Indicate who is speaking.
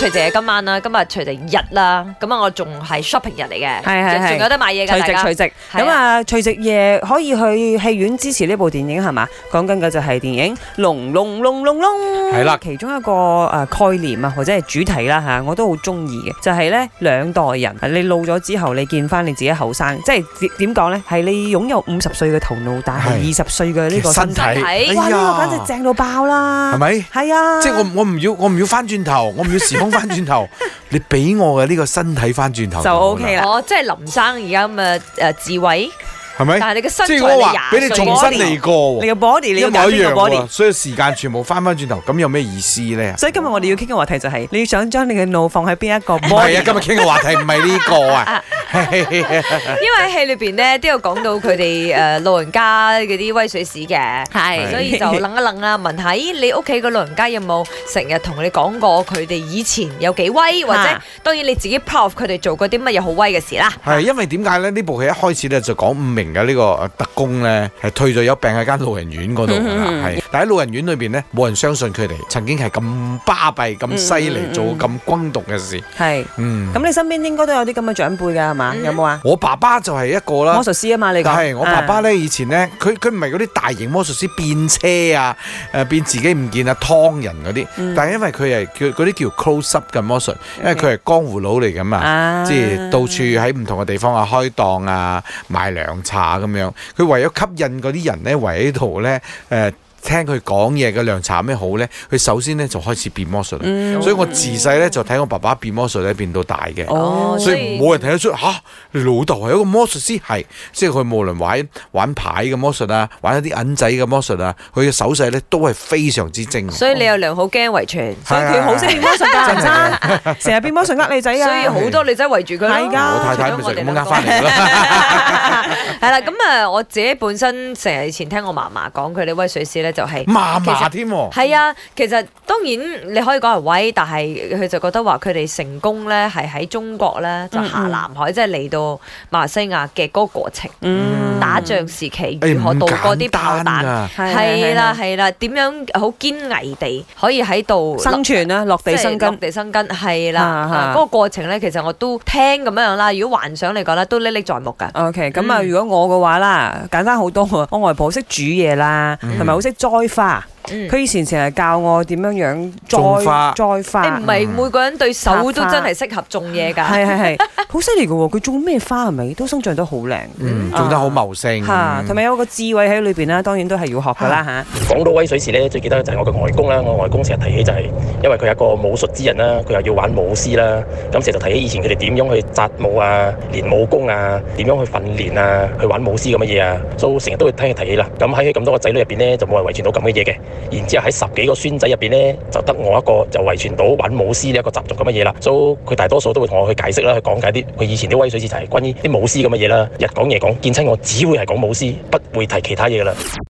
Speaker 1: 徐姐今晚啦，今日徐姐日啦，咁啊我仲係 shopping 日嚟嘅，
Speaker 2: 係係係
Speaker 1: 仲有得買嘢㗎，
Speaker 2: 除
Speaker 1: 大
Speaker 2: 夕
Speaker 1: 家
Speaker 2: 除夕，
Speaker 1: 係
Speaker 2: 咁啊除夕夜可以去戲院支持呢部電影係嘛？講緊嘅就係電影《龍龍龍龍龍》，
Speaker 3: 係啦
Speaker 2: 其中一個誒概念啊，或者係主題啦嚇，我都好中意嘅，就係咧兩代人，啊你老咗之後，你見翻你自己後生，即係點點講咧？係你擁有五十歲嘅頭腦，但係
Speaker 3: 係
Speaker 2: 二十歲嘅呢個
Speaker 3: 身體，
Speaker 1: 身體
Speaker 3: 哎
Speaker 2: 哇！呢
Speaker 3: 呀
Speaker 2: 個簡直正到爆啦，
Speaker 3: 係咪？
Speaker 2: 係啊，
Speaker 3: 即係我我唔要我唔要翻轉頭，我唔要時空翻 轉頭，你俾我嘅呢個身體翻轉頭
Speaker 2: 就 OK 啦。
Speaker 1: 哦，即係林生而家咁嘅誒智慧，
Speaker 3: 係咪？
Speaker 1: 但係你嘅身
Speaker 3: 哎即
Speaker 1: 材
Speaker 3: 係我話
Speaker 1: 你
Speaker 3: 俾你
Speaker 1: 廿歲
Speaker 3: 重新嚟過
Speaker 2: 你
Speaker 3: 喎，
Speaker 2: 個 body 你
Speaker 3: 一
Speaker 2: 要
Speaker 3: 模
Speaker 2: 揀
Speaker 3: 一
Speaker 2: 邊
Speaker 3: 樣
Speaker 2: 個 body？
Speaker 3: 喎，所以時間全部翻翻轉頭，咁有咩意思咧？
Speaker 2: 所以今日我哋要傾嘅話題就係、你想將你嘅腦放喺邊一個
Speaker 3: 唔係
Speaker 2: body？
Speaker 3: 啊，今日傾嘅話題唔係呢個啊，
Speaker 1: 因為喺戲裏邊咧都有講到佢哋誒老人家嗰啲威水史嘅。
Speaker 2: 係
Speaker 1: 所以就諗一諗啦，問下咦，你屋企個老人家有冇成日同你講過佢哋以前有幾威，或者
Speaker 2: 啊
Speaker 1: 當然你自己 prove 佢哋做過啲乜嘢好威嘅事啦。
Speaker 3: 係因為點解咧？呢部戲一開始咧就講五名嘅呢個呃特工咧係退咗有病喺間老人院嗰度㗎啦
Speaker 2: 嗯嗯嗯
Speaker 3: 係但喺老人院裏邊咧冇人相信佢哋曾經係咁巴閉、咁犀
Speaker 2: 嗯嗯
Speaker 3: 利、
Speaker 2: 嗯
Speaker 3: 做咁轟動嘅事。
Speaker 2: 係
Speaker 3: 嗯，
Speaker 2: 咁，你身邊應該都有啲咁嘅長輩㗎係嘛？
Speaker 1: 嗯
Speaker 2: 有冇啊？
Speaker 3: 我爸爸就係一個啦
Speaker 2: 魔。術師啊嘛，你講
Speaker 3: 但係我爸爸
Speaker 2: 咧，
Speaker 3: 咧，以前咧，佢佢唔係嗰啲大型魔術師變車啊，誒變自己唔見啊，劏人嗰啲。
Speaker 2: 嗯
Speaker 3: 但係因為佢係叫嗰啲叫 close up 嘅魔術，因為佢係江湖佬嚟㗎嘛。
Speaker 2: 啊
Speaker 3: 即係到處喺唔同嘅地方啊開檔啊賣涼茶咁樣。佢為咗吸引嗰啲人咧，圍喺度咧誒。聽佢講嘢嘅涼茶咩好咧？佢首先咧就開始變魔術啦，所以我自細咧就睇我爸爸變魔術咧變到大嘅，
Speaker 2: 嗯哦，
Speaker 3: 所以冇人睇得出吓、你老豆係一個魔術師，係即係佢無論玩玩牌嘅魔術啊，玩一啲銀仔嘅魔術啊，佢嘅手勢咧都係非常之精。哦
Speaker 1: 所以你有良好基因遺傳，
Speaker 2: 所以佢好識變魔術㗎，陳生成日變魔術呃女仔啊，
Speaker 1: 所以好多女仔圍住佢咯。
Speaker 2: 係㗎
Speaker 3: 我太太咪就係咁樣呃翻嚟㗎啦。
Speaker 1: 係啦，咁啊，我自己本身成日以前聽我嫲嫲講佢哋威水史咧，就係
Speaker 3: 嫲嫲添喎，
Speaker 1: 係啊，其實當然你可以講係威，但係佢就覺得話佢哋成功咧係喺中國咧就下南海，即係嚟到馬來西亞嘅嗰個過程，
Speaker 2: 嗯
Speaker 1: 打仗時期
Speaker 3: 誒
Speaker 1: 如何
Speaker 3: 嗯哎唔
Speaker 1: 度過啲
Speaker 3: 簡
Speaker 1: 炮
Speaker 3: 單啊
Speaker 1: 彈，
Speaker 3: 㗎。
Speaker 1: 係啦係啦，點樣好堅毅地可以喺度
Speaker 2: 生存啊，落地
Speaker 1: 即
Speaker 2: 生
Speaker 1: 係落
Speaker 2: 根。
Speaker 1: 地生根係啦，
Speaker 2: 啊啊
Speaker 1: 啊嗰個過程咧，其實我都聽咁樣樣啦。如果幻想嚟講咧，都歷歷在目㗎。
Speaker 2: OK，咁啊，
Speaker 1: 嗯
Speaker 2: 如果我嘅話啦，簡單好多喎。我外婆識煮嘢啦，同埋好識栽花。
Speaker 1: 嗯
Speaker 2: 佢以前成日教我點樣樣
Speaker 3: 種花
Speaker 2: 栽栽
Speaker 1: 你
Speaker 2: 花
Speaker 1: 哎唔。係每個人對手都真係適合種嘢㗎。
Speaker 2: 係係係，好犀利嘅喎！佢種咩花係咪都生長得好靚？
Speaker 3: 嗯，
Speaker 1: 啊
Speaker 3: 種得好茂盛。
Speaker 2: 嚇，同埋有個智慧喺裏邊啦，當然都係要學㗎啦嚇。
Speaker 4: 講到威水史咧，最記得就係我嘅外公啦。我外公成日提起就係、因為佢係一個武術之人啦，佢又要玩舞獅啦，咁成日就提起以前佢哋點樣去紮舞啊、練武功啊、點樣去訓練啊、去玩舞獅咁嘅嘢啊，所以成日都會聽佢提起啦。咁喺佢咁多個仔女入邊咧，就冇人遺傳到咁嘅嘢嘅。然之後喺十幾個孫仔入邊咧，就得我一個就遺傳到玩舞獅呢一個習俗咁嘅嘢啦。所以佢大多數都會同我去解釋啦，去講解啲佢以前啲威水史就係關於啲舞獅咁嘅嘢啦。日講夜講，見親我只會係講舞獅，不會提其他嘢噶啦。